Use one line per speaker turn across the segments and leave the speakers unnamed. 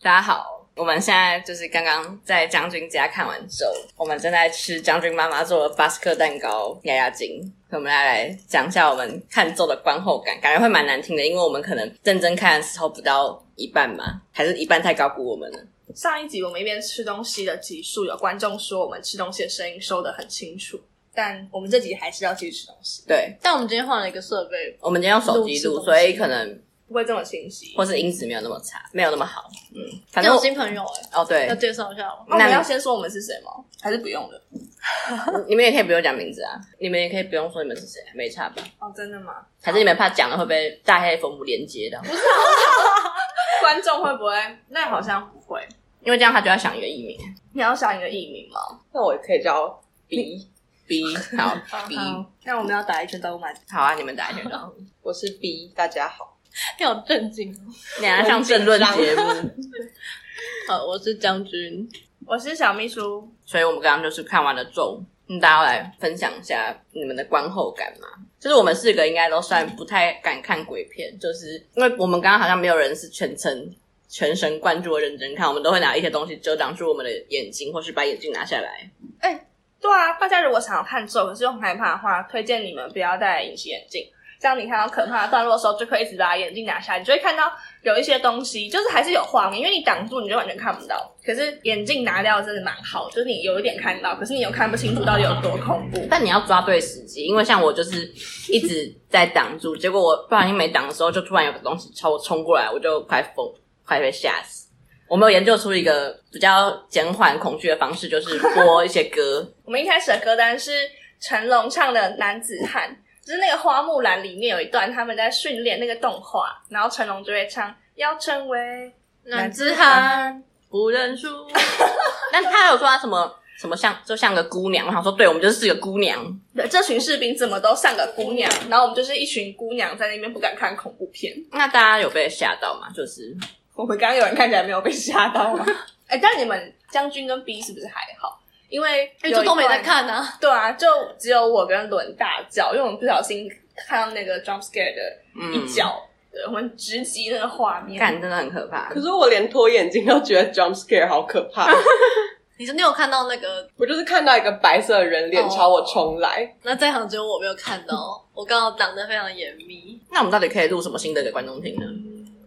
大家好，我们现在就是刚刚在将军家看完咒，我们正在吃将军妈妈做的巴斯克蛋糕压压惊。我们来来讲一下我们看咒的观后感，感觉会蛮难听的，因为我们可能认真看的时候不到一半嘛，还是一半太高估我们了。
上一集我们一边吃东西的集数，有观众说我们吃东西的声音收得很清楚，但我们这集还是要继续吃东西。
对，
但我们今天换了一个设备，
我们今天用手机录，
录制东西
所以可能
不会这么清晰。
或是音质没有那么差，没有那么好。嗯，反
但
正
我
我
新朋友哎、
哦对
要，介绍一下吗？
那我
那
们
你
要先说我们是谁吗？还是不用的？
你们也可以不用讲名字啊，你们也可以不用说你们是谁，没差吧？
哦，真的吗？
还是你们怕讲了会被大黑佛母连接到？
观众会不会？那好像不会。
因为这样他就要想一个艺名
你要想一个艺名吗？那我可以叫
B B 好 B
好，那我们要打一圈到我满。
好啊，你们打一 拳招呼，
我是 B，大家好。
你好震惊哦！
你要上政论节目，
好，我是将军，
我是小秘书。
所以我们刚刚就是看完了咒，嗯，大家要来分享一下你们的观后感嘛。就是我们四个应该都算不太敢看鬼片，就是因为我们刚刚好像没有人是全程全神贯注的认真看，我们都会拿一些东西遮挡住我们的眼睛，或是把眼镜拿下来。
对啊，大家如果想要看咒，可是又很害怕的话，推荐你们不要戴隐形眼镜。这样你看到可怕的段落的时候，就可以一直把眼镜拿下来，你就会看到有一些东西，就是还是有画面，因为你挡住，你就完全看不到。可是眼镜拿掉真的蛮好，就是你有一点看到，可是你又看不清楚到底有多恐怖。
但你要抓对时机，因为像我就是一直在挡住，结果我不小心没挡的时候，就突然有个东西冲冲过来，我就快疯，快被吓死。我没有研究出一个比较减缓恐惧的方式，就是播一些 歌。
我们一开始的歌单是成龙唱的《男子汉》，就是那个花木兰里面有一段他们在训练那个动画，然后成龙就会唱要成为
男
子
子
汉
汉，
不认输。 但他有说他什么什么像就像个姑娘，我想说，对我们就是四个姑娘。
对，这群士兵怎么都像个姑娘，然后我们就是一群姑娘在那边不敢看恐怖片。
那大家有被吓到吗？就是
我们刚刚有人看起来没有被吓到吗？ 哎、但你们将军跟 B 是不是还好？因为
哎、
有
这
一
都没在
段，
看啊。
对啊，就只有我跟伦大叫，因为我们不小心看到那个 jump scare 的
嗯
一脚，对，我们直击那个画面。
干真的很可怕
可。是我连脱眼镜都觉得 jump scare 好可 怕，
你真的有看到那个？
我就是看到一个白色的人脸朝我冲来，
那在场只有我没有看 到，我刚好挡得非常严密，
那我们到底可以录什么新的给观众听呢？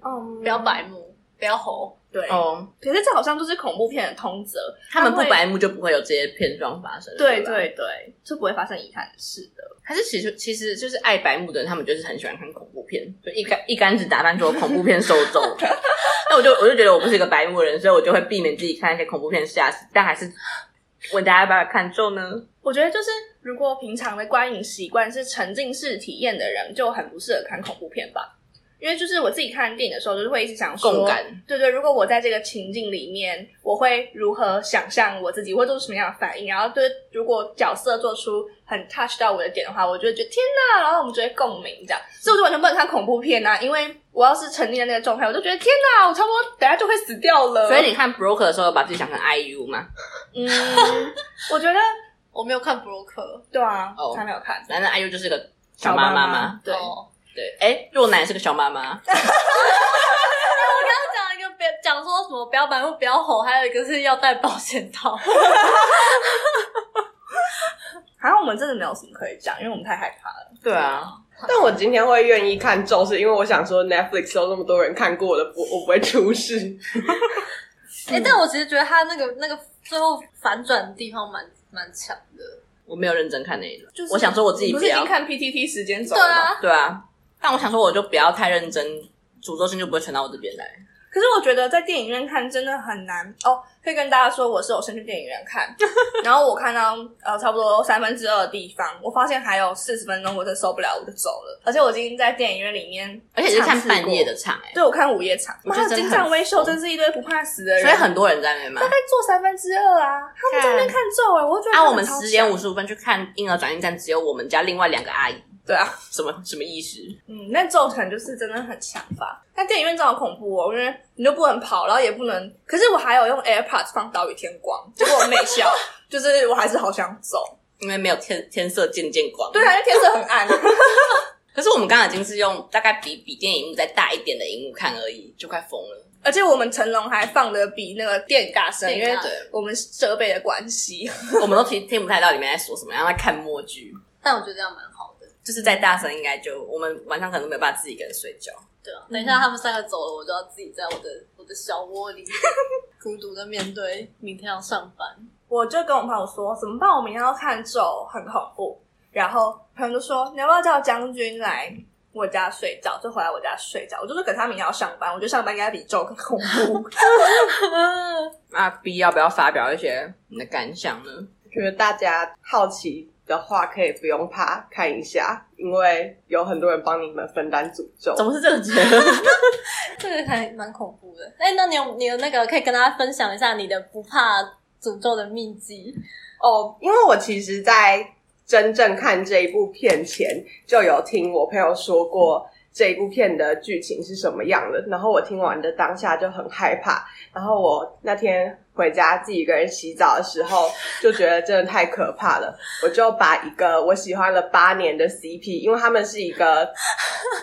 嗯，
不要白目，不要吼。
对。
哦，
可是这好像就是恐怖片的通则，
他们不
会
白目就不会有这些片状发生。
对
吧
对对，就不会发生遗憾的事的。
还是其实其实就是爱白目的人，他们就是很喜欢看恐怖片，就一竿一竿子打翻所有恐怖片受 众。那我就我就觉得我不是一个白目的人，所以我就会避免自己看一些恐怖片吓死。但还是问大家要不要看咒呢？
我觉得就是，如果平常的观影习惯是沉浸式体验的人，就很不适合看恐怖片吧。因为就是我自己看电影的时候，就是会一直想说
共，感，
对对，如果我在这个情境里面，我会如何想象我自己会做出什么样的反应？然后对，如果角色做出很 touch 到我的点的话，我就会觉得天哪，然后我们就会共鸣这样。所以我就完全不能看恐怖片啊，因为我要是沉浸在那个状态，我就觉得天哪，我差不多等下就会死掉了。
所以你看 Broker 的时候，有把自己想成 IU 嘛？
你，嗯，我觉得
我没有看 Broker，
对啊，
哦
还没有看。
反正 IU 就是个小妈妈嘛。
对，
哦
对，哎，若男是个小妈妈，
我刚刚讲一个别讲说什么不要白目，不要吼，还有一个是要戴保 险套。
好像我们真的没有什么可以讲，因为我们太害怕了。
对啊，
但我今天会愿意看咒，是因为我想说 Netflix 都那么多人看过了，我我不会出事。
哎、但我其实觉得他那个那个最后反转的地方蛮蛮强的。
我没有认真看那一段，
就是
我想说我自己
你不
不
是已
要
经，看 PTT 时间走
对
了吗？
啊，
对啊，但我想说我就不要太认真，诅咒性就不会传到我这边来。
可是我觉得在电影院看真的很难哦。可以跟大家说，我是有先去电影 院看，然后我看到呃差不多三分之二的地方，我发现还有四十分钟，我真的受不了，我就走了。而且我已经在电影院里面，
而且是看半夜
的。
的场、哎，
对，我看午夜场，
我
妈
觉得
的，
真的
金
很
藏威秀
疯
真是一堆不怕死的人，
所以很多人在那边嘛
大。概做三分之二啊，他们在那边看咒哎、我就觉得
啊，我们
他超
十点
强
五十五分去看婴儿转运站，只有我们家另外两个阿姨，
对啊，
什么什么意思？
嗯，那咒可能就是真的很强吧。但电影院真的好恐怖哦，因为你就不能跑，然后也不能。可是我还有用 AirPods 放《岛屿天光》，结果我没效， 就是我还是好想走。
因为没有天天色渐渐光。
对啊，因为天色很暗。
可是我们刚刚已经是用大概比比电影幕再大一点的荧幕看而已，就快疯了。
而且我们成龙还放的比那个电影大声，因为
电影大
对
我们设备的关系。
我们都听听不太到里面在说什么，然后在看默剧，
但我觉得这样蛮好的。
就是在大声，应该就我们晚上可能没有办法自己一个人睡觉。
对
嗯
啊，等一下他们三个走了，我就要自己在我的我的小窝 里孤独的面对明天要上班。
我就跟我朋友说，怎么办？我明天要看咒，很恐怖。然后朋友就说，你要不要叫将军来我家睡觉？就回来我家睡觉。我就说，可是他明天要上班，我觉得上班应该比咒更恐怖。
嗯
那 B 啊要不要发表一些你的感想呢？
觉得大家好奇的话，可以不用怕看一下，因为有很多人帮你们分担诅咒。
怎么是这个结 论？
这个还蛮恐怖的。哎、那你有你有那个可以跟大家分享一下你的不怕诅咒的秘籍？
哦，因为我其实，在真正看这一部片前，就有听我朋友说过这一部片的剧情是什么样的。然后我听完的当下就很害怕。然后我那天回家自己一个人洗澡的时候，就觉得真的太可怕了。我就把一个我喜欢了八年的 CP，因为他们是一 个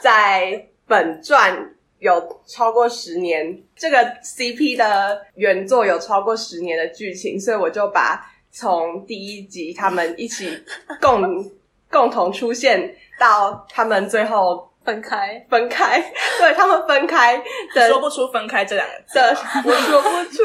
在本传。有超过十年，这个 CP 的原作有超过十年的剧情，所以我就把从第一集他们一起共共同出现到他们最后
分开，
分开，对他们分开的
说不出分开这两个字。
的，我说不出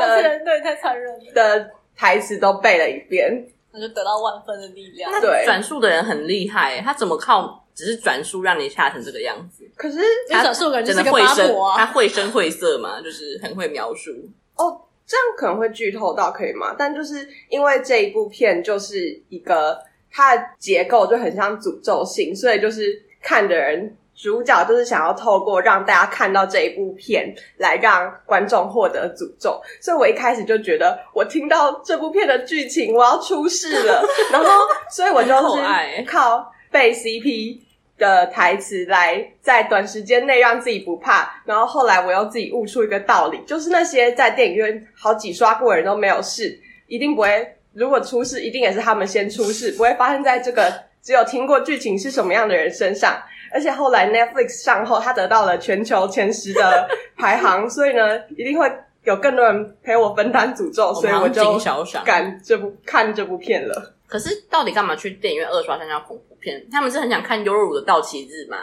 来的
人哦对太残忍了，
的台词都背了一遍，
我就得到万分的力量。
对。
转述的人很厉害，欸他怎么靠只是转述让你吓成这个样子？
可是
因为转述的人就
真的
是个
绘
八
声
婆，
他
啊，
绘声绘色嘛，就是很会描述。
哦，这样可能会剧透到，可以吗？但就是因为这一部片就是一个它的结构就很像诅咒性，所以就是看的人。主角就是想要透过让大家看到这一部片，来让观众获得诅咒。所以我一开始就觉得，我听到这部片的剧情，我要出事了。然后，所以我就
很可爱
是靠背 CP 的台词来在短时间内让自己不怕，然后后来我又自己悟出一个道理，就是那些在电影院好几刷过的人都没有事，一定不会，如果出事，一定也是他们先出事，不会发生在这个只有听过剧情是什么样的人身上。而且后来 Netflix 上后，它得到了全球前十的排行，所以呢，一定会有更多人陪我分担诅咒，所以
我们
我
好像
就
金小赏
敢这部看这部片了。
可是到底干嘛去电影院二刷三刷恐怖片？他们是很想看《优若乳的到期日》吗？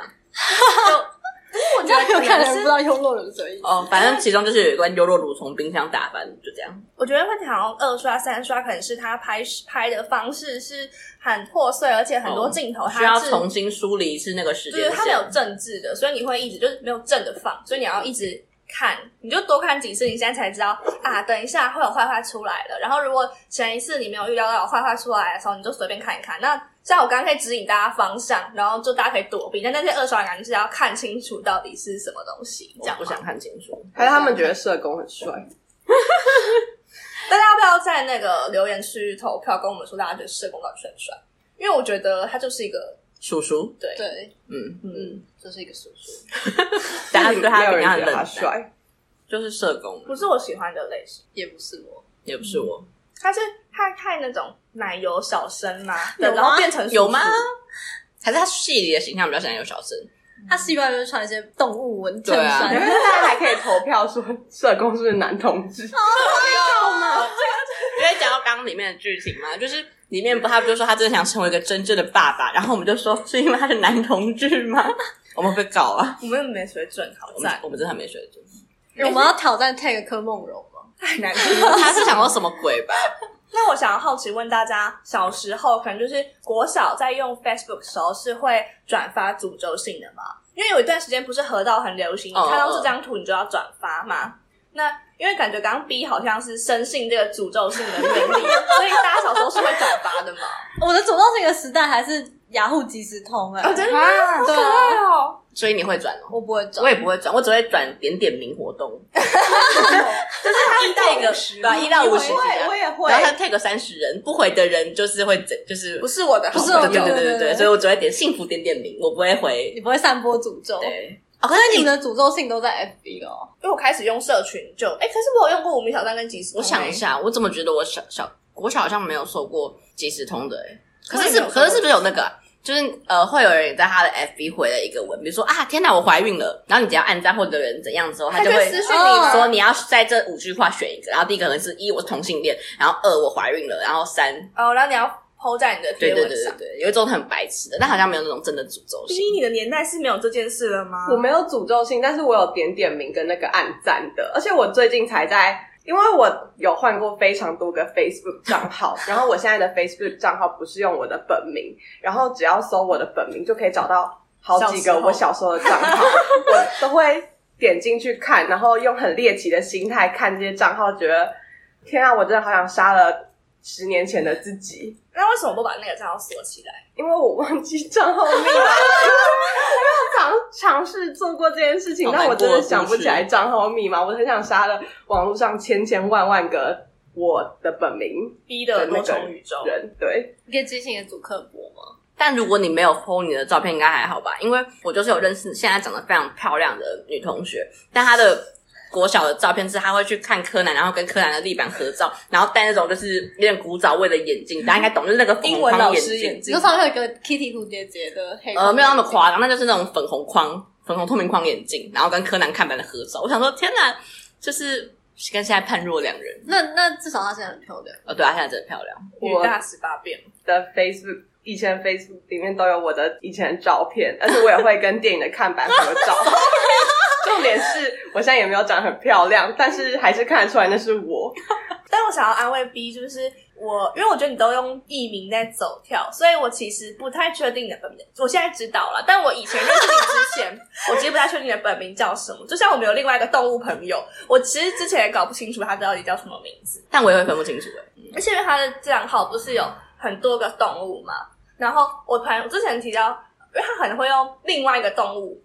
我这样有看
可能
的人
是
不知道优若人谁。
哦，反正其中就是有一关优若乳从冰箱打翻，就这样。
我觉得会想要二刷、三刷，可能是他拍拍的方式是很破碎，而且很多镜头
哦需要
它是
重新梳理一次那个时
就
间
是
线。
它没有政治的，所以你会一直就是没有正的放，所以你要一直看，你就多看几次，你现在才知道啊，等一下会有坏话出来了。然后如果前一次你没有预料到有坏话出来的时候，你就随便看一看。那像我刚刚可以指引大家方向，然后就大家可以躲避，但那些二刷感就是要看清楚到底是什么东西，这
我
样
不
吗
想看清楚。
还是他们觉得社工很帅。
大家要不要在那个留言区投票跟我们说，大家觉得社工到底帅不帅？因为我觉得他就是一个
叔叔，
对，
对，
嗯，
嗯，
这是一个叔叔，
大家对他
没有
评
人
价
觉
很
得
冷
他
淡，
帅，
就是社工啊，
不是我喜欢的类型。
也不是我。
也不是我。
他是太太那种奶油小生吗？
有吗
然后变成叔叔
有吗？还是他戏里的形象比较像有小生，
他戏外面穿一些动物纹衬
对啊
因 为
衫，
大 家还可以投票说社工是不是男同志。
因为讲到刚刚里面的剧情嘛，就是里面不他不就说他真的想成为一个真正的爸爸，然后我们就说是因为他是男同志吗？ 我们会被搞啊！
我们没水准，好
我们
赞，
我们真的很没水准。
我们要挑战 tag 柯梦柔吗？
太难听了。
哦他是想说什么鬼 吧？
那我想要好奇问大家，小时候可能就是国小在用 Facebook 的时候是会转发诅咒信的吗？因为有一段时间不是河道很流行，你
哦
看到这张图你就要转发嘛。那因为感觉刚刚 B 好像是深信这个诅咒性的原理，所以大家小时候是会转发的嘛？
我的走到这个时代还是雅虎即时通哎、
哦
真
的吗
好可
对
爱
啊
哦！
所以你会转哦？
我不会转
我。也不会转，我只会转点点名活动，就是他一到五十吧，一到五十啊这
我
会，
样
我。也会
然。后他 take 三十人，不回的人就是会整，就是
不是我的
不
好朋
是
友，
我
我
对对对
的
对
对对
对，
对
所以我只会点幸福点点名，我不会
你
回。
不会散播诅咒，
对，
哦，可是你们的诅咒性都在 FB 了哦。
因为我开始用社群就，哎、可是我有用过无名小站跟即时通、
我想一
欸
下，我怎么觉得我小小国小好像没有收过即时通的、欸？可
我
是
也
是
没有收
可是是不是有那个啊、就是呃，会有人也在他的 FB 回了一个文，比如说啊，天哪，我怀孕了。然后你只要按赞或者人怎样之后，
他
就
就
会哦
私讯啊你
说你要在这五句话选一个。然后第一个可能是一我是同性恋，然后二我怀孕了，然后三
哦，然后你要抛在你的
对
贴
对
文
对对
上。
对，有一种很白痴的，但好像没有那种真的诅咒
毕
性。
竟你的年代是没有这件事了吗？
我没有诅咒性，但是我有点点名跟那个暗赞的，而且我最近才在，因为我有换过非常多个 Facebook 账号，然后我现在的 Facebook 账号不是用我的本名，然后只要搜我的本名就可以找到好
小
几
时
个
候
我小时候的账 号，我都会点进去看，然后用很猎奇的心态看这些账号，觉得天啊，我真的好想杀了十年前的自己，
那为什么不把那个账号锁起来？
因为我忘记账号密码了。 我有尝尝试做过这件事情，
好
但
难
我
哦过
真的想不起来账号密码。我很想杀了网络上千千万万个我的本名
逼的多重宇宙，
人，对，
你可以激起你的主客博吗？
但如果你没有 PO 你的照片，应该还好吧？因为我就是有认识现在长得非常漂亮的女同学，但她的国小的照片是她会去看柯南，然后跟柯南的立板合照，然后戴那种就是有点古早味的眼镜，大家应该懂，就是那个粉
英
红
文
框
老
眼
师
镜
眼，
你
睛
说。上面有一个 Kitty 蝴蝶结的黑，
呃，没有那么夸张，那就是那种粉红框、粉红透明框眼镜，然后跟柯南看板的合照。我想说，天哪，就是跟现在判若两人。
那那至少她现在很漂亮。
呃、对啊，现在真的漂亮。
女大十八变，
的 Facebook 以前 Facebook 里面都有我的以前的照片，而且我也会跟电影的看板合 照。重点是我现在也没有长得很漂亮，但是还是看得出来那是我。
但我想要安慰 B，就是我，因为我觉得你都用艺名在走跳，所以我其实不太确定你的本名。我现在知道了，但我以前认识你之前， 我其实不太确定你的本名叫什么。就像我们有另外一个动物朋友，我其实之前也搞不清楚他到底叫什么名字。
但我也会分不清楚哎、
而且因为他的账号不是有很多个动物嘛，然后我朋友之前提到，因为他很会用另外一个动物，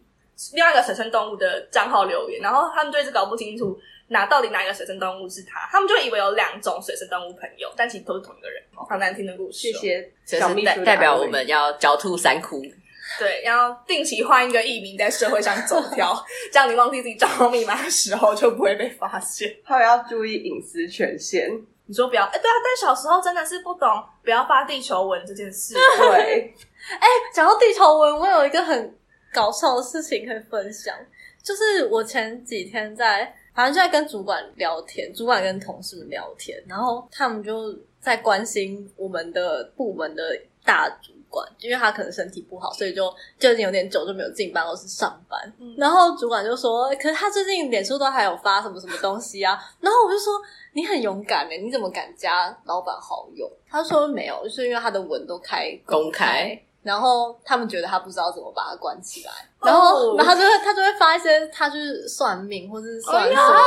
另外一个水生动物的账号留言，然后他们就一直搞不清楚哪到底哪一个水生动物是他，他们就以为有两种水生动物朋友，但其实都是同一个人。好难听的故事、
谢
哦，
谢
这
小
是
秘
代
书的
代表
安
我
慰
们要狡兔三窟。
对，要定期换一个艺名在社会上走跳，这样你忘记自己账号密码的时候就不会被发现。
还有要注意隐私权限。
你说不要，哎、对啊，但小时候真的是不懂不要发地球文这件事。
对。
讲到地球文，我有一个很搞笑的事情可以分享，就是我前几天在，反正就在跟主管聊天，主管跟同事们聊天，然后他们就在关心我们的部门的大主管，因为他可能身体不好，所以就最近有点久就没有进办公室上班。
嗯
然后主管就说：“可是他最近脸书都还有发什么什么东西啊？”然后我就说：“你很勇敢的、你怎么敢加老板好友？”他说：“没有，就是因为他的文都开
公开，
然后他们觉得他不知道怎么把它关起来，然后、然后他就会他就会发一些他就是算命或者是算什么，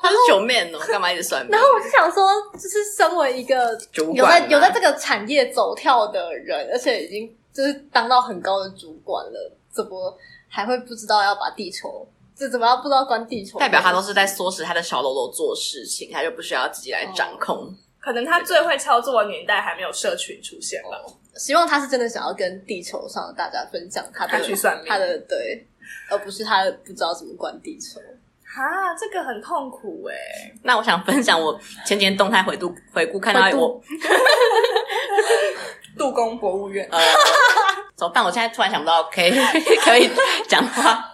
他是九面哦，干嘛一直算命？啊
然后我就想说，就是身为一个
主
有
管
在
嘛
有在这个产业走跳的人，而且已经就是当到很高的主管了，怎么还会不知道要把地球，就怎么要不知道关地球？
代表他都是在唆使他的小喽啰做事情，他就不需要自己来掌控。
哦
可能他最会操作的年代还没有社群出现吧。
希望他是真的想要跟地球上的大家分享他的
他去算命
他的对，而不是他不知道怎么关地球。
啊，这个很痛苦哎、
那我想分享我前几天动态回顾回顾看
回
到
顾
我
故宫博物院，
呃， 怎么办？我现在突然想不到可以 可以讲话。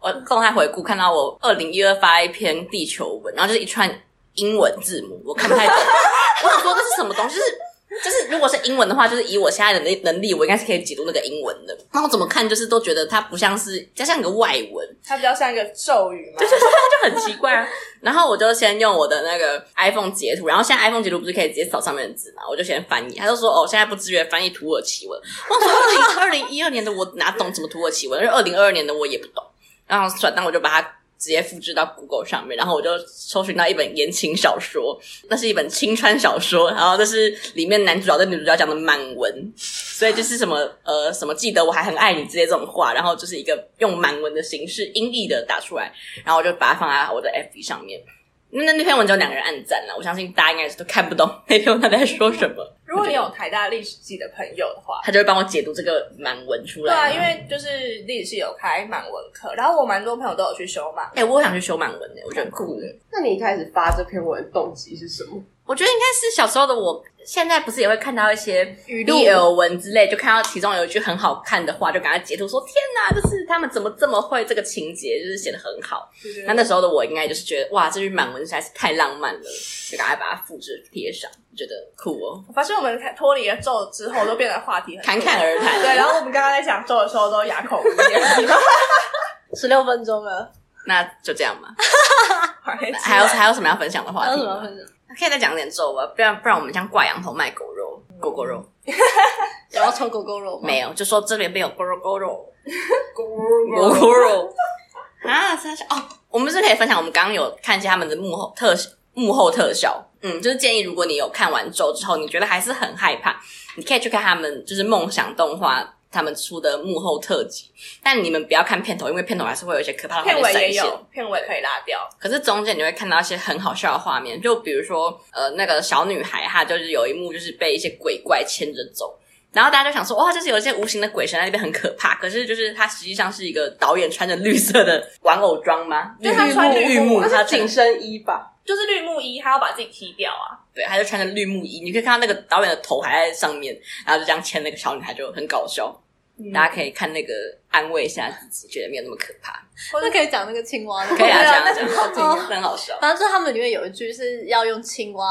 我动态回顾看到我二零一二发一篇地球文，然后就是一串英文字母，我看不太懂。我想说这是什么东西？就是就是，如果是英文的话，就是以我现在的能能力，我应该是可以解读那个英文的。那我怎么看，就是都觉得它不像是，它像个外文，
它比较像一个咒语嘛。
就很奇怪啊。然后我就先用我的那个 iPhone 截图，然后现在 iPhone 截图不是可以直接扫上面的字嘛，我就先翻译。他就说哦，现在不支援翻译土耳其文。我说二零二零一二年的我哪懂什么土耳其文？而二零二二年的我也不懂。然后转，那我就把它直接复制到 Google 上面，然后我就搜寻到一本言情小说，那是一本青川小说，然后这是里面男主角跟女主角讲的满文， 所以就是什么呃什么记得我还很爱你之类这种话，然后就是一个用满文的形式音译的打出来，然后我就把它放在我的 FB 上面。那那篇文只有两个人暗赞了，我相信大家应该是都看不懂那篇文他在说什么，
如果你有台大历史系的朋友的话，
他就会帮我解读这个满文出
对
来嘛。
啊，因为就是历史系有开满文课，然后我蛮多朋友都有去修满。
哎、我我想去修满文的，我觉得很酷。
那你一开始发这篇文的动机是什么？
我觉得应该是小时候的我，现在不是也会看到一些语 l 文之类，就看到其中有一句很好看的话，就赶快截图说：“天哪，就是他们怎么这么会这个情节，就是写的很好。”那那时候的我应该就是觉得，哇，这句满文实在是太浪漫了，就赶快把它复制贴上，觉得酷哦，
我发现我们脱离了咒之后，都变得话 题很
侃侃而谈。
对。然后我们刚刚在讲咒的时候，都哑口无言。
十六分钟了，
那就这样吧。
还
还有还有什么要分享的话
还有
题
什么要
吗？
分享？
可以再讲点咒啊吧，不然不然我们像挂羊头卖狗肉，狗狗肉
有要抽狗狗肉吗？
没有，就说这边没有狗肉狗肉。
我
狗肉啊，三小哦，我们是可以分享，我们刚刚有看一些他们的幕后特幕后特效，嗯，就是建议如果你有看完咒之后，你觉得还是很害怕，你可以去看他们就是梦想动画他们出的幕后特辑，但你们不要看片头，因为片头还是会有一些可怕的画
片
面
尾
闪
也
现。
有，片尾可以拉掉。
可是中间你会看到一些很好笑的画面，就比如说，呃，那个小女孩她就是有一幕就是被一些鬼怪牵着走，然后大家就想说，哇，就是有一些无形的鬼神在那边很可怕。可是就是她实际上是一个导演穿着绿色的玩偶装吗？
对她穿绿
绿
幕
幕，
那
她
是紧
紧
身衣吧？
就是绿幕一，他要把自己踢掉啊！
对，她就穿着绿幕衣，你可以看到那个导演的头还在上面，然后就这样牵那个小女孩，就很搞笑。
嗯
大家可以看那个安慰一下自己，觉得没有那么可怕。
那可以讲那个青蛙的。
可以啊，
对
这
啊
样讲
那很好听啊
很好笑。
反正就是他们里面有一句是要用青蛙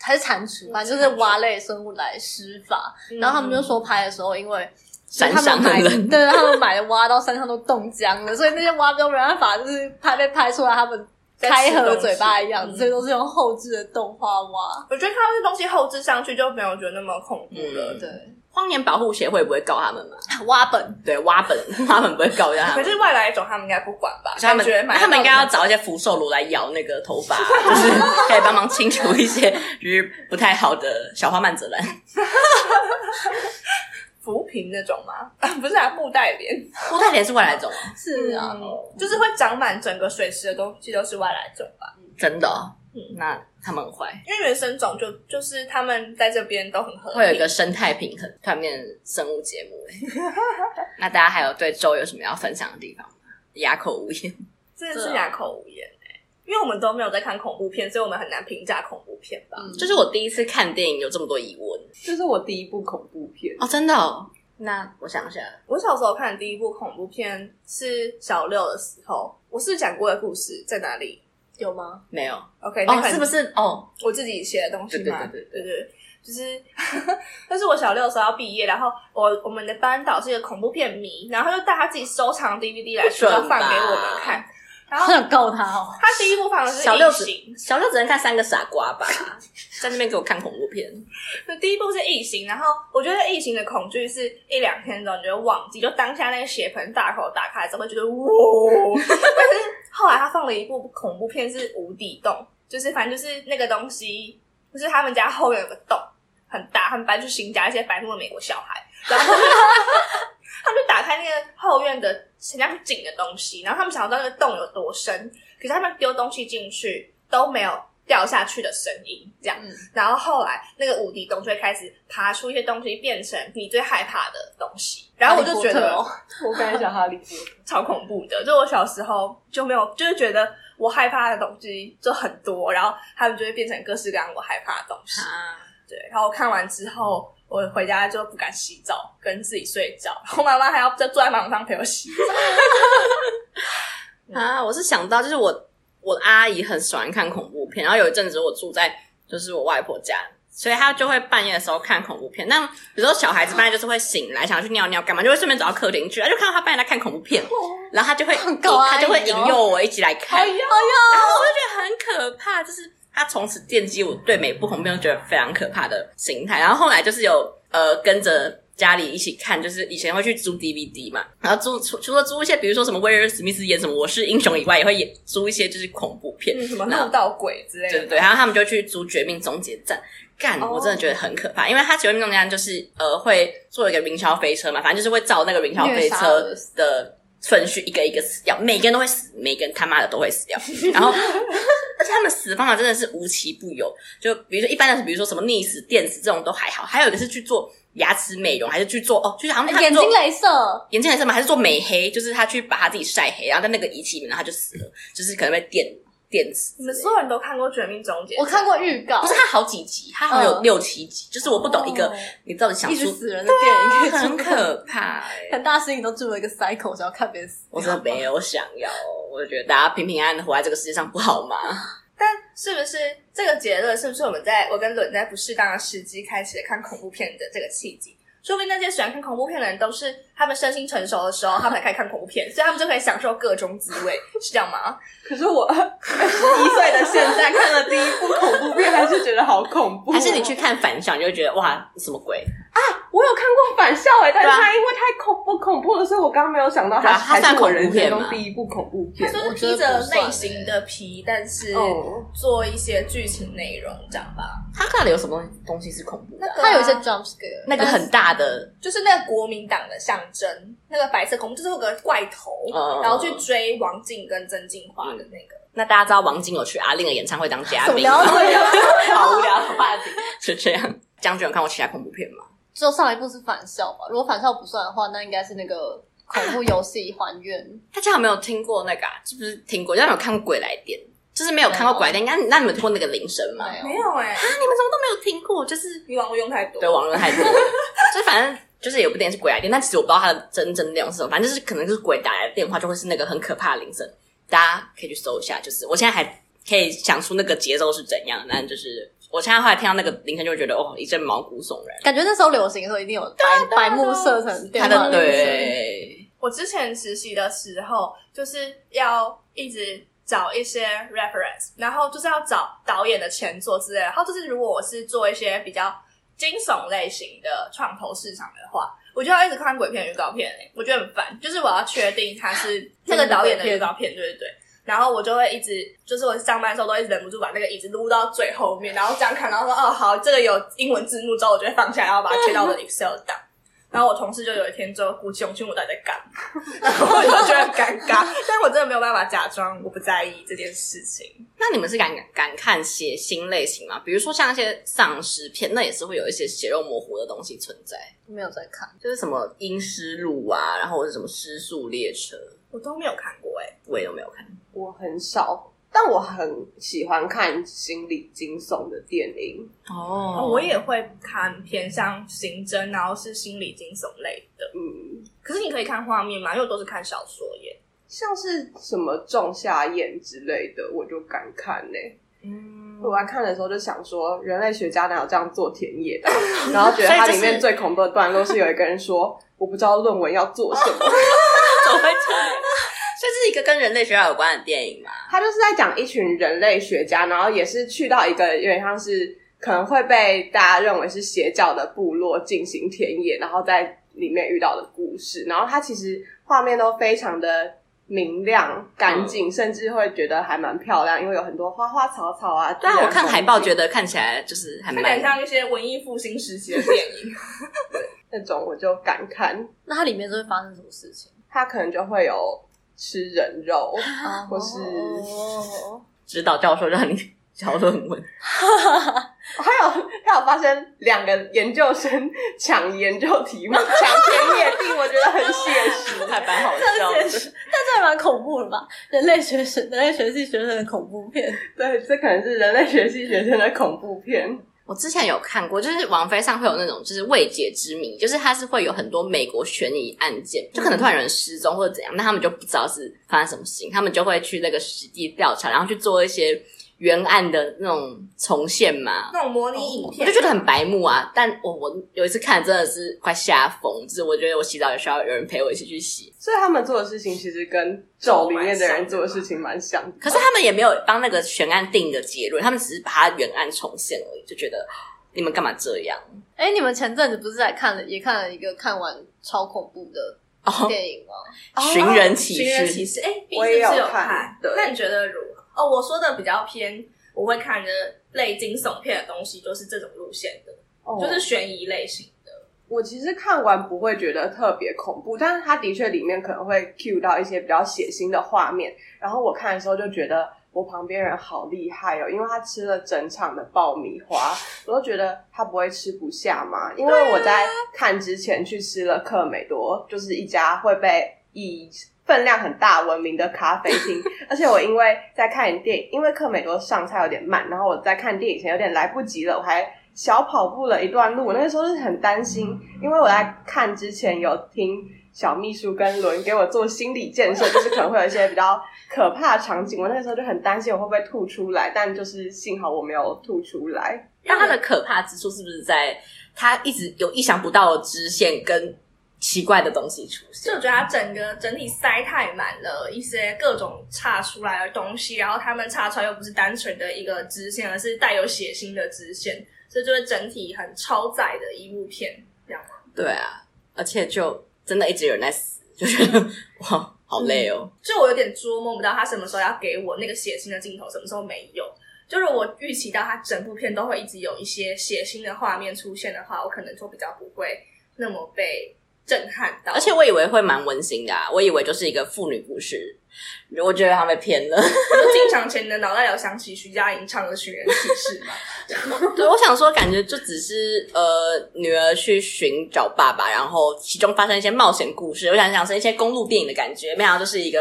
还是蟾
嗯
蜍，反正就是蛙类生物来施法。然后他们就说拍的时候，因为
山
他
上
们买
很冷，
对他们买的蛙到山上都冻僵 了，所以那些蛙都没办法，就是拍被拍出来他们
在
开
吃
合
东
嘴巴
西
的样子，
嗯
所以都是用后置的动画蛙。
我觉得看到这东西后置上去就没有觉得那么恐怖了。
嗯
对，
荒年保护协会不会告他们吗？
蛙本
对，挖本， 挖本不会搞一下他
可
们。
是外来种他们应该不管吧？
所以他们
感觉买
他们应该
到
要
的
找一些福寿螺来咬那个 头发，就是可以帮忙清除一些就是不太好的小花曼泽兰。
浮萍那种吗？ 不是啊，布袋莲，嗯
布袋莲是外来种吗，
是啊，
嗯
就是会长满整个水池的东西都是外来种吧？
真的哦、那他们很坏，
因为原生种就就是他们在这边都很合
会有一
理
个生态平衡，突然变成生物节 目哎。那大家还有对周有什么要分享的地方吗？哑口无言。
真的是哑口无言哎、因为我们都没有在看恐怖片，所以我们很难评价恐怖片吧？
嗯
这是我第一次看电影有这么多疑问
这是我第一部恐怖片，
哦，真的、哦。那我想一下，
我小时候看的第一部恐怖片是小六的时候，我是讲过的故事在哪里
有吗？
没有
？OK，那
哦，
可能
是不是哦？
我自己写的东西嘛，
对
对就是那是我小六的时候要毕业，然后我我们的班导是一个恐怖片迷，然后他就带他自己收藏的 DVD 来学校
不准
放
吧
给我们看，然
好
后
想告他哦。
他第一部放的是
啊小六
异
只
形，
小六只能看三个傻瓜吧，在那边给我看恐怖片，
那第一部是异形，然后我觉得异形的恐惧是一两天之后你就会忘记，就当下那个血盆大口打开之后会觉得哇，但是后来他放了一部恐怖片是无底洞，就是反正就是那个东西，就是他们家后院有个洞很大，他们搬去新家一些白目的美国小孩，然后他们 就他们就打开那个后院的很像是井的东西，然后他们想要知道那个洞有多深，可是他们丢东西进去都没有掉下去的声音，这样。
嗯，
然后后来那个无底洞就会开始爬出一些东西，变成你最害怕的东西。然后我就觉
哈利波特
得
哦
我刚才讲哈利波特。
超恐怖的，就我小时候就没有，就是觉得我害怕的东西就很多，然后他们就会变成各式各样我害怕的东西。
啊
对，然后我看完之后，我回家就不敢洗澡，跟自己睡觉， 然后妈妈还要在坐在马桶上陪我洗澡。
啊！我是想到就是我我阿姨很喜欢看恐怖片，然后有一阵子我住在就是我外婆家，所以她就会半夜的时候看恐怖片。那比如说小孩子半夜就是会醒来想要去尿尿干嘛，就会顺便走到客厅去，她就看到她半夜在看恐怖片，然后她就会
哦很高阿姨哦
她就会引诱我一起来看，
哎
然
呀，
后我就觉得很可怕，就是。她从此奠基我对每部恐怖片都觉得非常可怕的心态，然后后来就是有呃跟着家里一起看，就是以前会去租 DVD 嘛，然后租除除了租一些，比如说什么威尔史密斯演什么《我是英雄》以外，也会演租一些就是恐怖片，
嗯，什么
那
怒到鬼之类的，
对对对，然后他们就去租《绝命终结站》。干，
哦
我真的觉得很可怕，因为他《绝命终结站》就是呃会做一个云霄飞车嘛，反正就是会照那个云霄飞车的顺序一个一个死掉，每个人都会死，每个人他妈的都会死掉。然后，而且他们死的方法真的是无奇不有，就比如说一般的，比如说什么溺死、电死这种都还好，还有一个是去做牙齿美容，还是去做哦，就是好像他
眼睛
做
镭射，
眼睛还是嘛，还是做美黑，就是他去把他自己晒黑，然后在那个仪器里面，然后他就死了，就是可能被电电池。
你们所有人都看过《绝命终结者》？
我看过预告，
不是它好几集，它好像有
嗯
六七集，就是我不懂一个
哦
你到底想
一直
说，啊
死人的电影，可以
很
出看
可怕欸。
很大声音都住了一个 cycle，想要看别人死。
我真的没有想要，我觉得大家平平安安的活在这个世界上不好吗？
但是不是这个结论？是不是我们在我跟伦在不适当的时机开始看恐怖片的这个契机？说不定那些喜欢看恐怖片的人，都是他们身心成熟的时候，他们才开始看恐怖片，所以他们就可以享受各种滋味，是这样吗？
可是我一岁的现在看了第一部恐怖片，还是觉得好恐怖。哦
还是你去看反响，你就会觉得哇，什么鬼？
我有看过返校哎、但是
对啊
它因为太恐怖恐怖了，所以我刚刚没有想到
对啊
它
它
还
算
是我
恐怖
人生
片
中
吗
第一部恐怖片。
就是披着类型的皮，但是
哦
做一些剧情内容，这样吧？
他看了有什么东西东西是恐怖的啊、
那
它有一些 jump scare，
那个很大的，
就是那个国民党的象征，那个白色恐怖，就是有个怪头，
嗯
然后去追王静跟曾静华的那个。
那大家知道王晶有去阿令的演唱会当啊嘉
怎么
宾，
聊到这样？
好无聊的话题，是这样。将军有看过其他恐怖片吗？
只有上一部是返校吧？如果返校不算的话，那应该是那个恐怖游 戏还原。
大家有没有听过那个、啊？是不是听过？大家有看过《鬼来电》？就是没有看过《鬼来电》，那你那你们听过那个铃声吗？
没有
没有哎、
你们怎么都没有听过？ 就是
你网络用太多。
对，网络太多了，就反正就是有部电影是鬼来啊电，但其实我不知道它的真正内容是什么，反正就是可能就是鬼打来的电话就会是那个很可怕的铃声，大家可以去搜一下。就是我现在还可以想出那个节奏是怎样，但就是我现在后来听到那个铃声就会觉得哦一阵毛骨悚然，
感觉那时候流行的时候一定有白白木色成电
它
话
的
铃声，
对
我之前实习的时候，就是要一直找一些 reference，然后就是要找导演的前作之类的。然后就是如果我是做一些比较惊悚类型的创投市场的话，我就要一直看鬼片预告片、欸，我觉得很烦。就是我要确定它是这个导演的预告片，对对对。然后我就会一直，就是我上班的时候都一直忍不住把那个椅子撸到最后面，然后这样看，然后说哦好，这个有英文字幕之后，我就会放下来，然后把它切到我的 Excel 档。然后我同事就有一天就鼓起勇气问我到底在干嘛，然后我就觉得很尴尬， 但我真的没有办法假装我不在意这件事情。
那你们是敢敢看血腥类型吗？比如说像一些丧尸片，那也是会有一些血肉模糊的东西存在，
没有在看。
就是什么阴尸路啊，然后或者什么失速列车，
我都没有看过哎、
我也都没有看。
我很少，但我很喜欢看心理惊悚的电影。
哦
我也会看偏向刑侦，然后是心理惊悚类的。
嗯，
可是你可以看画面嘛，因为我都是看小说耶。
像是什么仲夏夜之类的，我就敢看呢、
嗯
我来看的时候就想说，人类学家哪有这样做田野 的？然后觉得它
所以就是
里面最恐怖的段落是有一个人说，我不知道论文要做什么。
怎么会这样？ 所以这是一个跟人类学家有关的电影嘛？
他就是在讲一群人类学家，然后也是去到一个有点像是可能会被大家认为是邪教的部落进行田野，然后在里面遇到的故事。然后它其实画面都非常的明亮、干净，甚至会觉得还蛮漂亮，因为有很多花花草草啊。
对啊，我看海报觉
得
得看起来就是还
看起来
蛮……
像一些文艺复兴时期的电影。
那种我就敢看，
那它里面就会发生什么事情？
它可能就会有吃人 肉，
啊
或是
哦
指导教授让你交论 文，
还有还有发生两个研究生抢研究题目、抢田野地，我觉得很写实。
还蛮好笑的。
那这还蛮恐怖的吧？人类学生、人类学系学生的恐怖片，
对，这可能是人类学系学生的恐怖片。
我之前有看过，就是网飞上会有那种就是未解之谜，就是它是会有很多美国悬疑案件，就可能突然有人失踪或者怎样，那他们就不知道是发生什么事情，他们就会去那个实地调查，然后去做一些原案的那种重现嘛，
那种模拟影
我
片，
哦就觉得很白目啊。但我我有一次看真的是快吓疯，就是我觉得我洗澡也需要有人陪我一起去洗，
所以他们做的事情其实跟咒里面的人做的事情蛮像的。
可是他们也没有帮那个悬案定一个结论，他们只是把它原案重现而已，就觉得你们干嘛这样？
哎，你们前阵子不是在看了，也看了一个看完超恐怖的
哦，
电影吗？
寻人启
寻人启
事，
事，哎、欸，
我也有
是有
看对
那你觉得如何？哦，我说的比较偏，我会看的类惊悚片的东西，就是这种路线的，
哦
就是悬疑类型的。
我其实看完不会觉得特别恐怖，但是它的确里面可能会 cue 到一些比较血腥的画面。然后我看的时候就觉得我旁边人好厉害哦，因为他吃了整场的爆米花，我就觉得他不会吃不下嘛。因为我在看之前去吃了克美多，就是一家会被以分量很大闻名的咖啡厅，而且我因为在看电影，因为克美多上菜有点慢，然后我在看电影前有点来不及了，我还小跑步了一段路。我那个时候是很担心，因为我在看之前有听小秘书跟伦给我做心理建设，就是可能会有一些比较可怕的场景。我那个时候就很担心我会不会吐出来，但就是幸好我没有吐出来。
但它的可怕之处是不是在它一直有意想不到的支线跟奇怪的东西出
就
现
我？觉得它整个整体塞太满了一些各种岔出来的东西，然后他们岔出来又不是单纯的一个支线，而是带有血腥的支线，所以就会整体很超载的一部片。
对啊，而且就真的一直有人在死，就觉得哇，好累哦。
就我有点捉摸不到他什么时候要给我那个血腥的镜头，什么时候没有。就是我预期到他整部片都会一直有一些血腥的画面出现的话，我可能就比较不会那么被震撼到。
而且我以为会蛮温馨的、啊，我以为就是一个妇女故事，我觉得他被骗了。
我进场前，你的脑袋有想起徐佳莹唱的《寻人启事》吗？
对，我想说，感觉就只是呃，女儿去寻找爸爸，然后其中发生一些冒险故事。我想想是一些公路电影的感觉，没想到就是一个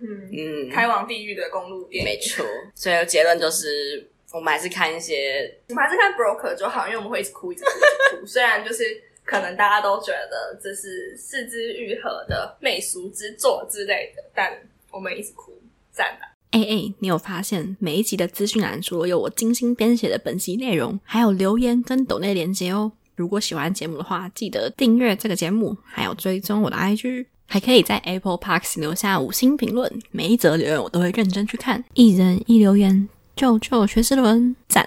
嗯，
嗯，
开往地狱的公路电影。
没错。所以结论就是，我们还是看一些
我们还是看 Broker 就好，因为我们会一直哭，一直哭，一直哭。虽然就是可能大家都觉得这是四肢愈合的媚俗之作之类的，但我们一直哭，赞吧。
哎哎，你有发现每一集的资讯栏除了有我精心编写的本集内容，还有留言跟抖内连接哦。如果喜欢节目的话，记得订阅这个节目，还有追踪我的 IG，还可以在 Apple Parks 留下五星评论，每一则留言我都会认真去看，一人一留言，救救学之伦，赞！